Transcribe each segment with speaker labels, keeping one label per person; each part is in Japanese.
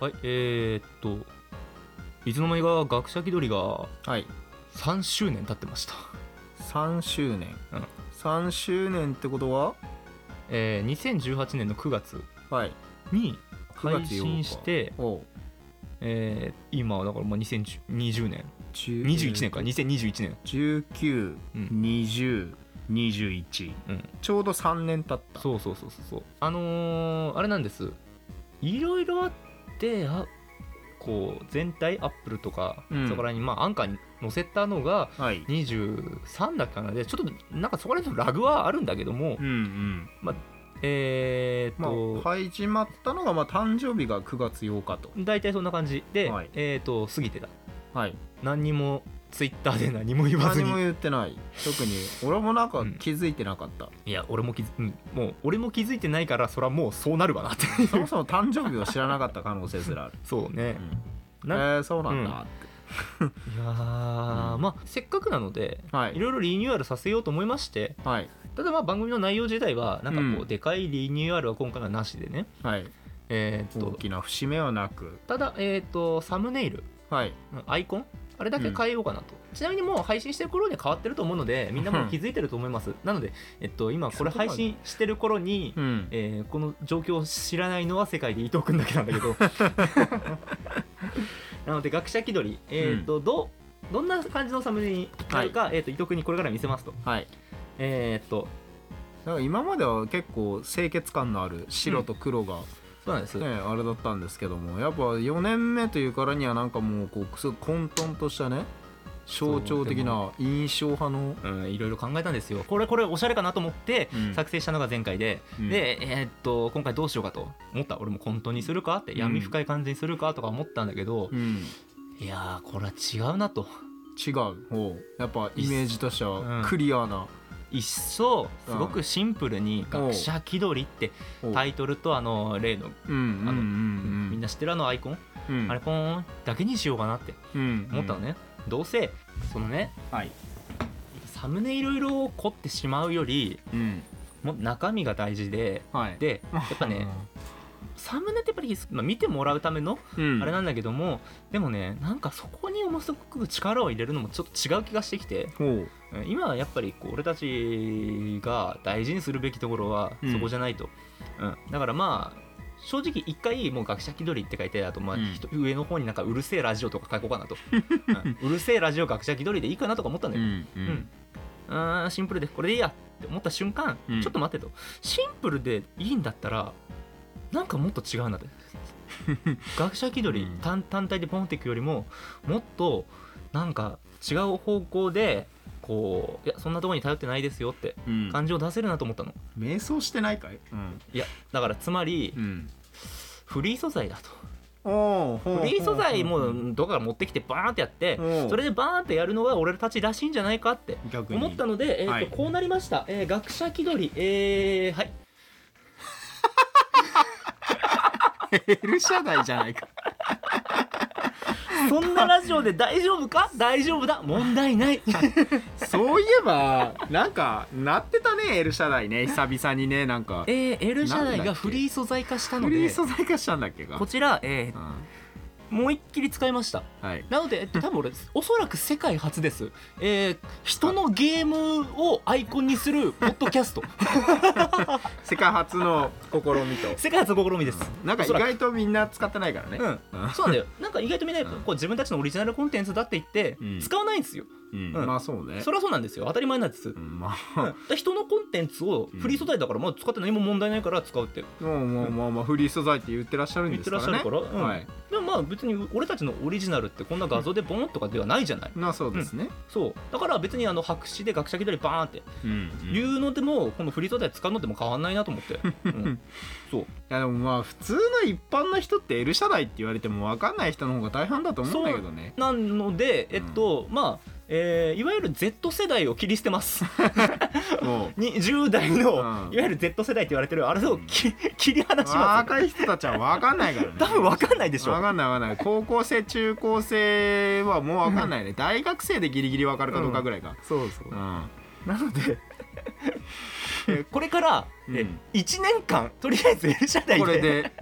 Speaker 1: はいえー、っといつの間にか学者気取りが
Speaker 2: はい
Speaker 1: 3周年経ってました
Speaker 2: 3周年、
Speaker 1: うん
Speaker 2: 3周年ってことは
Speaker 1: えー、2018年の9月
Speaker 2: はい
Speaker 1: に
Speaker 2: 9
Speaker 1: 配
Speaker 2: 月8日
Speaker 1: 信して、
Speaker 2: おう
Speaker 1: えー、今はだからまあ2020年
Speaker 2: 10
Speaker 1: 21年か2021年
Speaker 2: 19、
Speaker 1: うん
Speaker 2: 20、21、
Speaker 1: うん
Speaker 2: ちょうど3年経った
Speaker 1: そうそうそうそうそうあのー、あれなんですいろいろあってあこう全体アップルとか、
Speaker 2: うん
Speaker 1: そこら辺にまあアンカーに載せたのが
Speaker 2: はい
Speaker 1: 23だっけかなでちょっとなんかそこら辺のラグはあるんだけども、
Speaker 2: うんうん
Speaker 1: えー、っ
Speaker 2: ま
Speaker 1: と、
Speaker 2: あ始まったのがまあ誕生日が9月8日と
Speaker 1: 大体そんな感じで、
Speaker 2: はい
Speaker 1: えー、っと過ぎてた
Speaker 2: はい
Speaker 1: 何にもツイッターで何も言わず
Speaker 2: 何
Speaker 1: に
Speaker 2: も言ってない特に俺もなんか
Speaker 1: うん
Speaker 2: 気づいてなかった、
Speaker 1: いや俺も気づ、うん、もう俺も気づいてないからそりゃもうそうなるわなって
Speaker 2: そもそも誕生日を知らなかった可能性 すらある、
Speaker 1: そう
Speaker 2: う
Speaker 1: ね
Speaker 2: ん、え
Speaker 1: な
Speaker 2: ーそうなんだって、
Speaker 1: いやー、
Speaker 2: うん
Speaker 1: まあせっかくなので
Speaker 2: はいい
Speaker 1: ろいろリニューアルさせようと思いまして
Speaker 2: はい
Speaker 1: ただまあ番組の内容自体はなんかこう、
Speaker 2: うん
Speaker 1: でかいリニューアルは今回はなしでね
Speaker 2: はい
Speaker 1: えーっ
Speaker 2: 大
Speaker 1: と
Speaker 2: きな節目はなく
Speaker 1: ただえーっとサムネイル
Speaker 2: はい
Speaker 1: うんアイコンあれだけ変えようかなと、ちなみにもう配信してる頃には変わってると思うのでみんなもう気づいてると思いますなので、えっと、今これ配信してる頃に
Speaker 2: う、ん
Speaker 1: えーこの状況を知らないのは世界で伊藤君だけなんだけ どなので学者気取り、えーとどうどんな感じのサムネになるか、えー、と伊藤君にこれから見せますと,、
Speaker 2: はい
Speaker 1: えー、と
Speaker 2: だから今までは結構清潔感のある白と黒が、
Speaker 1: そうなんです、
Speaker 2: ねあれだったんですけどもやっぱ4年目というからにはなんかもうこうすごい混沌としたね象徴的な印象派の、
Speaker 1: うん、いろいろ考えたんですよこれこれおしゃれかなと思って
Speaker 2: うん
Speaker 1: 作成したのが前回で、
Speaker 2: うん
Speaker 1: で、えーっと今回どうしようかと思った俺も混沌にするかって
Speaker 2: ん
Speaker 1: 闇深い感じにするかとか思ったんだけど
Speaker 2: う、ん、
Speaker 1: いやーこれは違うなと
Speaker 2: 違う方やっぱイメージとして
Speaker 1: うん
Speaker 2: はクリアな
Speaker 1: 一層すごくシンプルに「
Speaker 2: うん
Speaker 1: 学者気取り」って
Speaker 2: 方
Speaker 1: タイトルとあの例の
Speaker 2: うんうんうんうん
Speaker 1: みんな知ってるあのアイコン、
Speaker 2: うん
Speaker 1: あれポーンだけにしようかなって
Speaker 2: うん
Speaker 1: 思ったのね、どうせそのね
Speaker 2: はい
Speaker 1: サムネいろいろ凝ってしまうより
Speaker 2: うん
Speaker 1: もう中身が大事で
Speaker 2: はい
Speaker 1: でやっぱねサムネってやっぱり、まあ、見てもらうための
Speaker 2: うん
Speaker 1: あれなんだけども、でもねなんかそこにものすごく力を入れるのもちょっと違う気がしてきて
Speaker 2: ほう
Speaker 1: うん今はやっぱりこう俺たちが大事にするべきところは
Speaker 2: うん
Speaker 1: そこじゃないと、うんだからまあ正直一回もう学者気取りって書いてあとまあ
Speaker 2: うん
Speaker 1: ひと上の方になんかうるせえラジオとか書こうかなと、 うんうるせえラジオ学者気取りでいいかなとか思ったんだ
Speaker 2: う
Speaker 1: よ、
Speaker 2: んう
Speaker 1: うんうーんシンプルでこれでいいやって思った瞬間、
Speaker 2: うん
Speaker 1: ちょっと待ってとシンプルでいいんだったらなんかもっと違 うなって学者気取り
Speaker 2: うん
Speaker 1: 単単体でポンっていくよりももっとなんか違う方向でこういやそんなところに頼ってないですよって
Speaker 2: うん
Speaker 1: 感じを出せるなと思ったの
Speaker 2: 瞑想してないかいうん
Speaker 1: いやだからつまり
Speaker 2: うん
Speaker 1: フリー素材だと
Speaker 2: おーほう
Speaker 1: フリー素材
Speaker 2: ほうほう
Speaker 1: もどこから持ってきてバーンってやって
Speaker 2: うん
Speaker 1: それでバーンってやるのが俺たちらしいんじゃないかって
Speaker 2: 逆に
Speaker 1: 思ったので、えーと
Speaker 2: はい
Speaker 1: こうなりました、えー学者気取り、えー はい、
Speaker 2: L 社内じゃないか
Speaker 1: そんなラジオで大丈夫か大丈夫だ問題 ない、
Speaker 2: そういえばなんかなってたね L 社内ね久々にねなんか
Speaker 1: えー、L 社内
Speaker 2: なんだ
Speaker 1: が
Speaker 2: っけ
Speaker 1: フリー素材化したの
Speaker 2: フリ
Speaker 1: で
Speaker 2: ー素材化したんだっけか
Speaker 1: こちら、え
Speaker 2: うん
Speaker 1: ーもう一切り使いました
Speaker 2: はい
Speaker 1: なので、えっと、多分俺おそらく世界初です、えー人のゲームをアイコンにするポッドキャ スト
Speaker 2: 世界初の試みと
Speaker 1: 世界初の試みです、
Speaker 2: なんか
Speaker 1: お
Speaker 2: 意
Speaker 1: そらく
Speaker 2: 外とみんな使ってないからね
Speaker 1: うん
Speaker 2: うん
Speaker 1: そうなんだよなんか意外とみんな
Speaker 2: うん
Speaker 1: こう自分たちのオリジナルコンテンツだって言って、
Speaker 2: うん
Speaker 1: 使わないんですよ
Speaker 2: うん
Speaker 1: うん
Speaker 2: まあそうね
Speaker 1: それはそうなんですよ当たり前なんです、
Speaker 2: うんま
Speaker 1: だ
Speaker 2: あ
Speaker 1: から人のコンテンツをフリー素材だから、まあ、使って何も問題ないから使うって
Speaker 2: もうもうまあまあフリー素材って言ってらっしゃるん
Speaker 1: 言っ
Speaker 2: で
Speaker 1: て
Speaker 2: すか
Speaker 1: っ
Speaker 2: らら
Speaker 1: しゃ
Speaker 2: ね
Speaker 1: るから、うん
Speaker 2: はい
Speaker 1: でもまあ別に俺たちのオリジナルってこんな画像でボンとかではないじゃない
Speaker 2: なそうですね
Speaker 1: そうだから別にあの白紙で学者気取りバーンって
Speaker 2: うんうんい
Speaker 1: 言うのでもこのフリー素材使うのでも変わんないなと思って、 うん、そう
Speaker 2: やでもまあ普通の一般の人って L 社内って言われても分かんない人の方が大半だと思うんだけどね
Speaker 1: なのでえっと、まあえーいわゆる Z 世代を切り捨てます
Speaker 2: もう
Speaker 1: に10代の、
Speaker 2: うん
Speaker 1: いわゆる Z 世代って言われてるあれをき、切り離します
Speaker 2: 若い人たちは分かんないからね
Speaker 1: 多分わかんないでしょ
Speaker 2: 分かんない分かんない高校生中高生はもう分かんないね大学生でギリギリ分かるかどうかぐらいか、
Speaker 1: そうそう
Speaker 2: うん
Speaker 1: なので えーこれから、えー
Speaker 2: うん
Speaker 1: 1年間とりあえず L 社代
Speaker 2: これで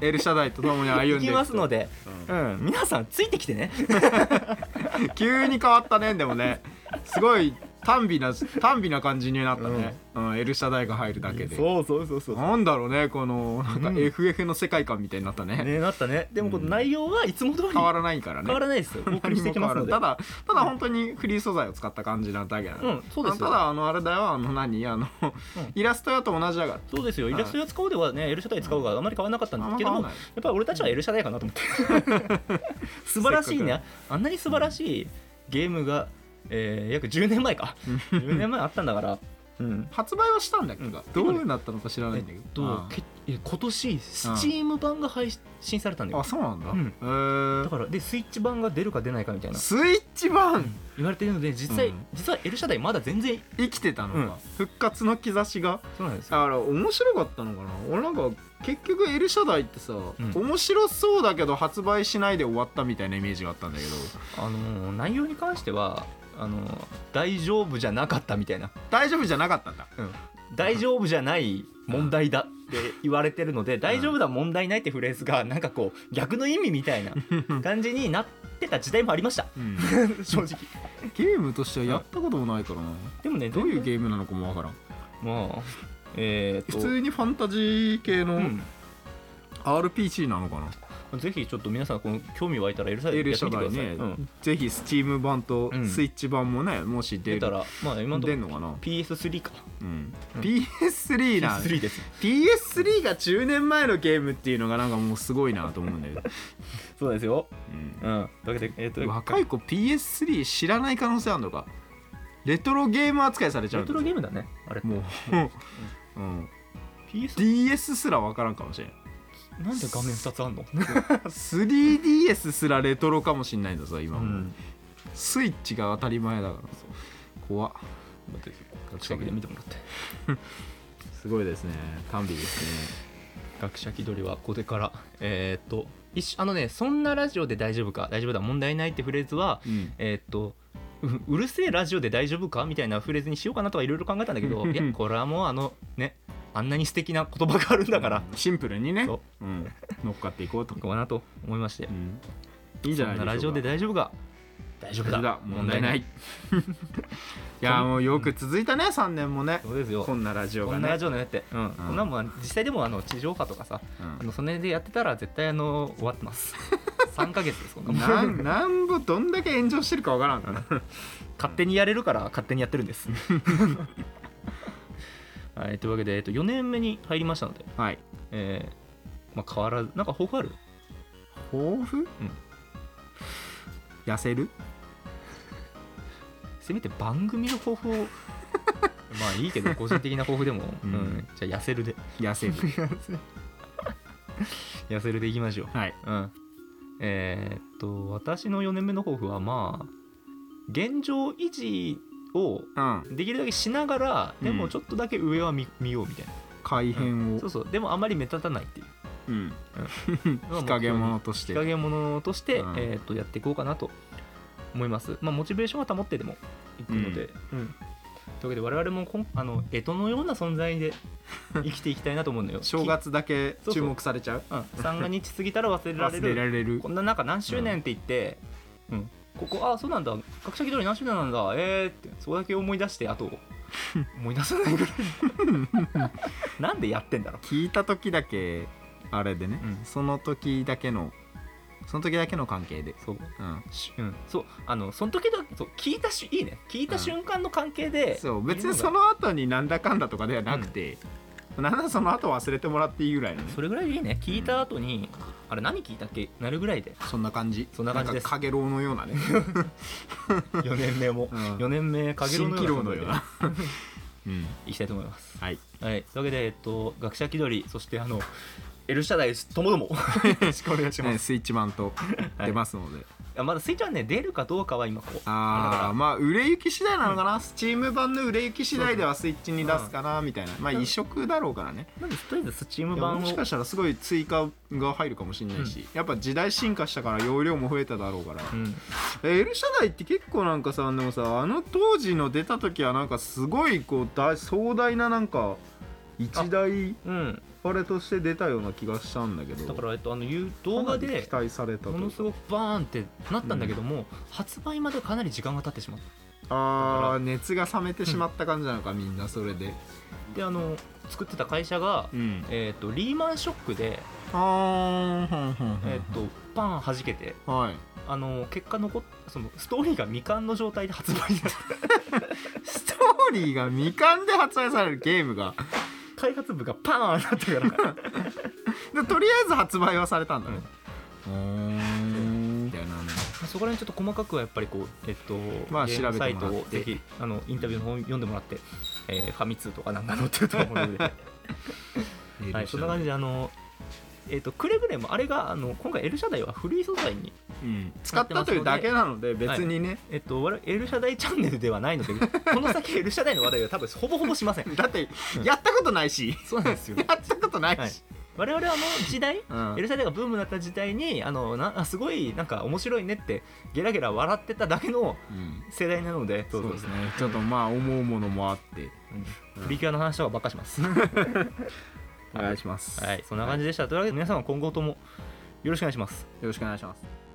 Speaker 2: エルシャダイと共に歩ん
Speaker 1: 行
Speaker 2: で
Speaker 1: き
Speaker 2: いく
Speaker 1: ますので、
Speaker 2: うん
Speaker 1: うん、皆さんついてきてね
Speaker 2: 急に変わったねでもねすごい短美な短美な感じになったね、うんエルシャダイが入るだけで
Speaker 1: そうそうそうそう
Speaker 2: なんだろうねこのなんか
Speaker 1: うん
Speaker 2: FF の世界観みたいになったね,、
Speaker 1: ねなったねでもこの内容はいつも通り
Speaker 2: 変わらないからね
Speaker 1: 変わらないですよお送りしていきますので
Speaker 2: ただただ本当にフリー素材を使った感じなだけなの、
Speaker 1: うんそうですよ
Speaker 2: あただあのあれだよあの何あの、イラスト屋と同じだから
Speaker 1: そうですよイラストや使うではねエルシャダイ使うがあまり変わらなかったんですけど
Speaker 2: あん
Speaker 1: も
Speaker 2: ま変わら
Speaker 1: や
Speaker 2: ない
Speaker 1: っぱり俺たちはエルシャダイかなと思って 素晴らしい
Speaker 2: せっ
Speaker 1: ねあんなに素晴らしいゲームが、えー約10年前か10年前あったんだからうん
Speaker 2: 発売はしたんだけど、
Speaker 1: うん
Speaker 2: どうなったのか知らな
Speaker 1: え
Speaker 2: い
Speaker 1: っ
Speaker 2: んだけど、
Speaker 1: と
Speaker 2: あ
Speaker 1: けえ今年スチーム版が配信されたんだ
Speaker 2: あ
Speaker 1: よ
Speaker 2: そうなんだ、
Speaker 1: うん
Speaker 2: えー
Speaker 1: だからでスイッチ版が出るか出ないかみたいな
Speaker 2: スイッチ版
Speaker 1: 言われてるので実際、
Speaker 2: うん
Speaker 1: 実はエルシャダイまだ全然
Speaker 2: 生きてたのか、
Speaker 1: うん
Speaker 2: 復活の兆しが
Speaker 1: そうなんですよ
Speaker 2: だから面白かったのかな俺なんか結局エルシャダイってさ、
Speaker 1: ん
Speaker 2: 面白そうだけど発売しないで終わったみたいなイメージがあったんだけど
Speaker 1: あのー内容に関してはあのー大丈夫じゃなかったみたいな
Speaker 2: 大丈夫じゃなかったんだ
Speaker 1: 大丈夫じゃない問題だって言われてるので、大丈夫だ問題ないってフレーズがなんかこう逆の意味みたいな感じになってた時代もありま した
Speaker 2: うん
Speaker 1: 正直
Speaker 2: ゲームとしてはやったこともないからな、
Speaker 1: でもね
Speaker 2: どういう
Speaker 1: ー
Speaker 2: ゲームなのかもわからん
Speaker 1: ムまあえー、っ
Speaker 2: 普
Speaker 1: と
Speaker 2: 通にファンタジー系の
Speaker 1: う
Speaker 2: RPG なのかな、
Speaker 1: ん、ぜひちょっと皆さんこの興味湧いたらエルサイ
Speaker 2: エル
Speaker 1: やって
Speaker 2: シャ
Speaker 1: みてく
Speaker 2: ダ
Speaker 1: だ
Speaker 2: イ
Speaker 1: さい、
Speaker 2: ね、
Speaker 1: うん、
Speaker 2: ぜひ Steam 版と
Speaker 1: うん
Speaker 2: Switch 版もね、もし
Speaker 1: 出
Speaker 2: 出る
Speaker 1: たらまあ今のとこ
Speaker 2: 出ん
Speaker 1: ろ
Speaker 2: のかな、
Speaker 1: PS3 か
Speaker 2: うん
Speaker 1: うん
Speaker 2: PS3 な
Speaker 1: PS3 です
Speaker 2: PS3 が10年前のゲームっていうのがなんかもうすごいなと思うんだけど、
Speaker 1: そうですよ
Speaker 2: うん
Speaker 1: うんというわけでえーっと
Speaker 2: 若い子 PS3 知らない可能性あるのかレトロゲーム扱いされちゃう
Speaker 1: レ
Speaker 2: ん
Speaker 1: トロ
Speaker 2: だよ
Speaker 1: ゲームだねあれ
Speaker 2: もう、うん、
Speaker 1: PS
Speaker 2: DS すら分からんかもしれん
Speaker 1: なんで画面2つあんの
Speaker 2: 3DS すらレトロかもしんないんだぞ 今、
Speaker 1: うん
Speaker 2: スイッチが当たり前だから怖っ
Speaker 1: 待って近くで見てもらって
Speaker 2: すごいですね完備ですね
Speaker 1: 学者気取りはこれからえーっと一緒あのねそんなラジオで大丈夫か大丈夫だ問題ないってフレーズは
Speaker 2: うん
Speaker 1: えーっとううるせえラジオで大丈夫かみたいなフレーズにしようかなとかいろいろ考えたんだけ どいやこれはもうあのねあんなに素敵な言葉があるんだから
Speaker 2: シンプルにね、
Speaker 1: そう
Speaker 2: ん、乗っかっていこうと
Speaker 1: い、こうかなと思いまして
Speaker 2: うん、いいんじゃない
Speaker 1: そんなラ
Speaker 2: でし
Speaker 1: ジ
Speaker 2: ょう
Speaker 1: オ
Speaker 2: か
Speaker 1: で大丈夫か大丈夫
Speaker 2: 大丈
Speaker 1: だ
Speaker 2: 夫だ問題 ないいやもうよく続いたね3年もね
Speaker 1: そうですよ
Speaker 2: こんなラジオ
Speaker 1: こ
Speaker 2: が
Speaker 1: んなラ
Speaker 2: ね
Speaker 1: ジオのやって、うん、こんなもん実際でもあの地上波とかさ
Speaker 2: うん
Speaker 1: あのその辺でやってたら絶対あの終わってます 3ヶ月ですこんなもん
Speaker 2: なん なんぼどんだけ炎上してるかわからん から
Speaker 1: 勝手にやれるから勝手にやってるんです はいというわけで、えっと、4年目に入りましたので、
Speaker 2: はい
Speaker 1: えーまあ、変わらずなんか抱負ある
Speaker 2: 抱負、痩せる
Speaker 1: せめて番組の抱負 をまあいいけど個人的な抱負でも、う
Speaker 2: うんん
Speaker 1: じゃあ痩せるで
Speaker 2: 痩 せる
Speaker 1: 痩せるでいきましょう
Speaker 2: はい
Speaker 1: うんえーっと私の4年目の抱負はまあ現状維持を
Speaker 2: うん
Speaker 1: できるだけしながらでもちょっとだけ上は見見ようみたいな、
Speaker 2: 改変を、
Speaker 1: そうそうでもあまり目立たないっていう
Speaker 2: うん、
Speaker 1: うん
Speaker 2: 日陰者として
Speaker 1: 日陰者として、
Speaker 2: うん
Speaker 1: えー、とやっていこうかなと思います。まあ、モチベーションは保ってでもいくので、うんというわけで我々もこんあの干支のような存在で生きていきたいなと思うのよ。
Speaker 2: 正月だけ
Speaker 1: そうそう
Speaker 2: 注目されちゃう
Speaker 1: き、うん、三が日過ぎたら忘れられ
Speaker 2: 忘れら
Speaker 1: る。
Speaker 2: れる
Speaker 1: こんななんか何周年って言って、うんここあそうなんだ学者気取り何周年なんだえー、ってそこだけ思い出してあと 思い出さないぐらい なんでやってんだろ
Speaker 2: 聞いた時だけあれでね、
Speaker 1: うん
Speaker 2: その時だけのその時だけの関係で、
Speaker 1: うそう
Speaker 2: うん、
Speaker 1: しうん、そうあのその時だそう聞いたしいいね聞いた瞬間の関係で、
Speaker 2: そう別に
Speaker 1: いるの
Speaker 2: そ
Speaker 1: が
Speaker 2: の後になんだかんだとかではなくて、なんならその後忘れてもらっていいぐらいのね
Speaker 1: それぐらいでいいね聞いた後に、あれ何聞いたっけなるぐらいで
Speaker 2: そんな感じ
Speaker 1: そんな感じです
Speaker 2: んか影楼のよ うなね、
Speaker 1: 4年目も、
Speaker 2: うん
Speaker 1: 4年目かげろう
Speaker 2: 蜃気楼の
Speaker 1: のよ
Speaker 2: よ
Speaker 1: う
Speaker 2: う
Speaker 1: な
Speaker 2: な、うん、
Speaker 1: いきたいと思います
Speaker 2: はい
Speaker 1: はいというわけでえっと学者気取りそしてあのエルシャダイともどもよろしくお願いしま
Speaker 2: ね、
Speaker 1: す、
Speaker 2: スイッチ版と
Speaker 1: はい
Speaker 2: 出ますので、
Speaker 1: あまだスイッチはね出るかどうかは今こうだか
Speaker 2: あ
Speaker 1: ら
Speaker 2: あまあ売れ行き次第なのかな、スチーム版の売れ行き次第ではスイッチに出すかなみたいなまあ移植だろうからね
Speaker 1: なんでとりあえずスチーム
Speaker 2: いや
Speaker 1: 版を
Speaker 2: もしかしたらすごい追加が入るかもしれないし、やっぱ時代進化したから容量も増えただろうから、
Speaker 1: うん
Speaker 2: えエルシャダイって結構なんかさでもさあの当時の出た時はなんかすごいこう大壮大ななんか一大
Speaker 1: うん、
Speaker 2: あれとして出たような気がしたんだけど
Speaker 1: だから、えっと、あのいう動画
Speaker 2: かなり
Speaker 1: で
Speaker 2: 期待されたと
Speaker 1: ものすごくバーンってなったんだけども、発売までかなり時間が経ってしまっ
Speaker 2: あー熱が冷めてしまった感じなのか、みんなそれで、
Speaker 1: てであの作ってた会社が、
Speaker 2: うん、
Speaker 1: えっとリーマンショックで、
Speaker 2: あーはんはんはんはん
Speaker 1: えっとバーン弾けて
Speaker 2: はい
Speaker 1: あの結果残っそのストーリーが未完の状態で発売になった
Speaker 2: ストーリーが未完で発売されるゲームが
Speaker 1: 開発部がパーンなってから
Speaker 2: でとりあえず発売はされたんだねうーんみたいなね
Speaker 1: そこら辺ちょっと細かくはやっぱりこうえっと、
Speaker 2: まあ
Speaker 1: ゲーム
Speaker 2: 調
Speaker 1: サ
Speaker 2: べ
Speaker 1: イ
Speaker 2: ても
Speaker 1: ト
Speaker 2: らって
Speaker 1: をぜひあのインタビューの本読んでもらって、えーファミ通とかなんか載ってると思う ので、はい、そんな感じ
Speaker 2: で、
Speaker 1: であのえっとくれぐれもあれがあの今回 L 社代は古い素材に
Speaker 2: うん、使ったというだけなので別にね、
Speaker 1: えっと、我々 L 社大チャンネルではないの で、この先 L 社大の話題は多分ほぼほぼしません。
Speaker 2: だって
Speaker 1: ん
Speaker 2: やったことないし、
Speaker 1: そうなんですよ。
Speaker 2: やったことないし、
Speaker 1: はい我々はあの時代、
Speaker 2: うん
Speaker 1: L 社大がブームだった時代に、あのなあすごいなんか面白いねって、ゲラゲラ笑ってただけの
Speaker 2: うん
Speaker 1: 世代なので、
Speaker 2: そうですねちょっとまあ思うものもあって
Speaker 1: うんプリキュアの話とかばっかします。
Speaker 2: お願いします、
Speaker 1: はい、そんな感じでした。というわけで、皆さんは今後ともよろしくお願いします。
Speaker 2: よろしくお願いします